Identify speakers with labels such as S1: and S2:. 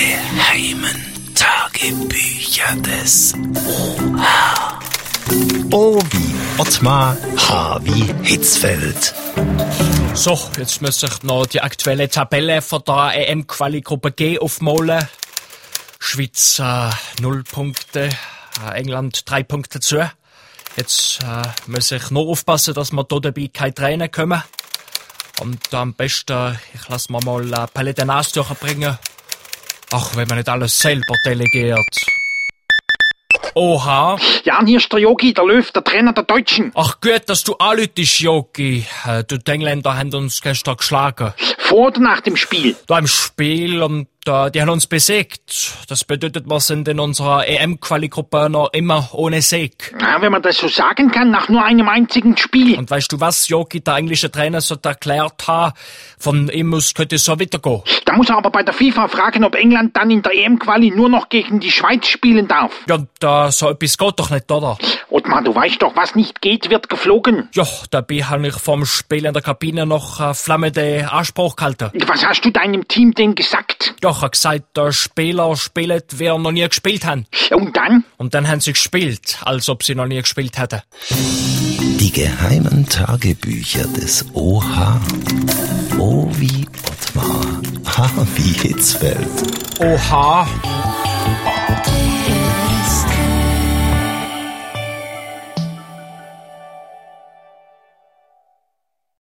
S1: geheimen Tagebücher des O wie Ottmar, H wie Hitzfeld.
S2: So, jetzt muss ich noch die aktuelle Tabelle von der EM-Quali-Gruppe G aufmalen. Schweiz äh, 0 Punkte, äh, England 3 Punkte zu. Jetzt äh, muss ich nur aufpassen, dass wir da dabei keine Tränen kommen. Und am besten, ich lass mir mal äh, eine Palette Nas durchbringen. Ach, wenn man nicht alles selber delegiert. Oha.
S3: Jan, hier ist der Yogi, der Löw, der Trainer der Deutschen.
S2: Ach gut, dass du anlütest, Jogi. Äh, Du, die Engländer haben uns gestern geschlagen.
S3: Vor oder nach dem Spiel?
S2: Da im Spiel und äh, die haben uns besiegt. Das bedeutet, wir sind in unserer EM-Quali-Gruppe noch immer ohne Sieg.
S3: Na, wenn man das so sagen kann, nach nur einem einzigen Spiel.
S2: Und weißt du was, Jogi, der englische Trainer sollte erklärt haben, von ihm aus könnte es so weitergehen.
S3: Da muss er aber bei der FIFA fragen, ob England dann in der EM-Quali nur noch gegen die Schweiz spielen darf.
S2: Ja, und äh, so etwas geht doch nicht, oder?
S3: Ottmar, du weißt doch, was nicht geht, wird geflogen.
S2: Ja, dabei habe ich vom Spiel in der Kabine noch äh, flammende Anspruch gehalten.
S3: Was hast du deinem Team denn gesagt?
S2: Ja, ich habe gesagt, der Spieler spielt, wie er noch nie gespielt haben.
S3: Und dann?
S2: Und dann haben sie gespielt, als ob sie noch nie gespielt hätten.
S1: Die geheimen Tagebücher des OH. O wie Ottmar, H wie Hitzfeld.
S2: Oha.